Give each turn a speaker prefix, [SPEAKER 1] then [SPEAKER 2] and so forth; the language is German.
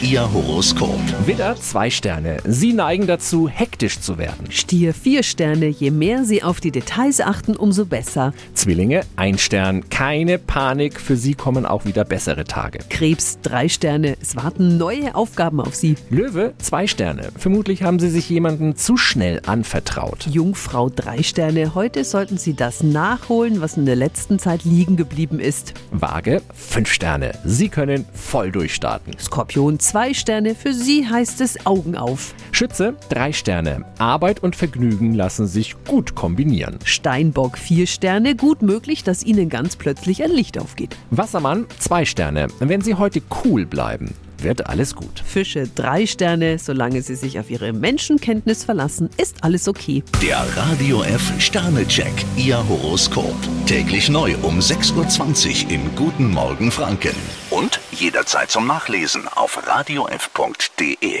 [SPEAKER 1] Ihr Horoskop.
[SPEAKER 2] Widder, zwei Sterne. Sie neigen dazu, hektisch zu werden.
[SPEAKER 3] Stier vier Sterne, je mehr Sie auf die Details achten, umso besser.
[SPEAKER 2] Zwillinge, ein Stern. Keine Panik, für Sie kommen auch wieder bessere Tage.
[SPEAKER 3] Krebs drei Sterne, es warten neue Aufgaben auf Sie.
[SPEAKER 2] Löwe, zwei Sterne. Vermutlich haben Sie sich jemandem zu schnell anvertraut.
[SPEAKER 3] Jungfrau drei Sterne, heute sollten Sie das nachholen, was in der letzten Zeit liegen geblieben ist.
[SPEAKER 2] Waage, fünf Sterne. Sie können voll durchstarten.
[SPEAKER 3] Skorpion zwei Sterne, für Sie heißt es Augen auf.
[SPEAKER 2] Schütze, drei Sterne. Arbeit und Vergnügen lassen sich gut kombinieren.
[SPEAKER 3] Steinbock vier Sterne, gut möglich, dass Ihnen ganz plötzlich ein Licht aufgeht.
[SPEAKER 2] Wassermann, zwei Sterne. Wenn Sie heute cool bleiben, wird alles gut.
[SPEAKER 3] Fische drei Sterne, solange Sie sich auf Ihre Menschenkenntnis verlassen, ist alles okay.
[SPEAKER 1] Der Radio F Sternecheck. Ihr Horoskop. Täglich neu um 6.20 Uhr im Guten Morgen Franken. Und jederzeit zum Nachlesen auf radiof.de.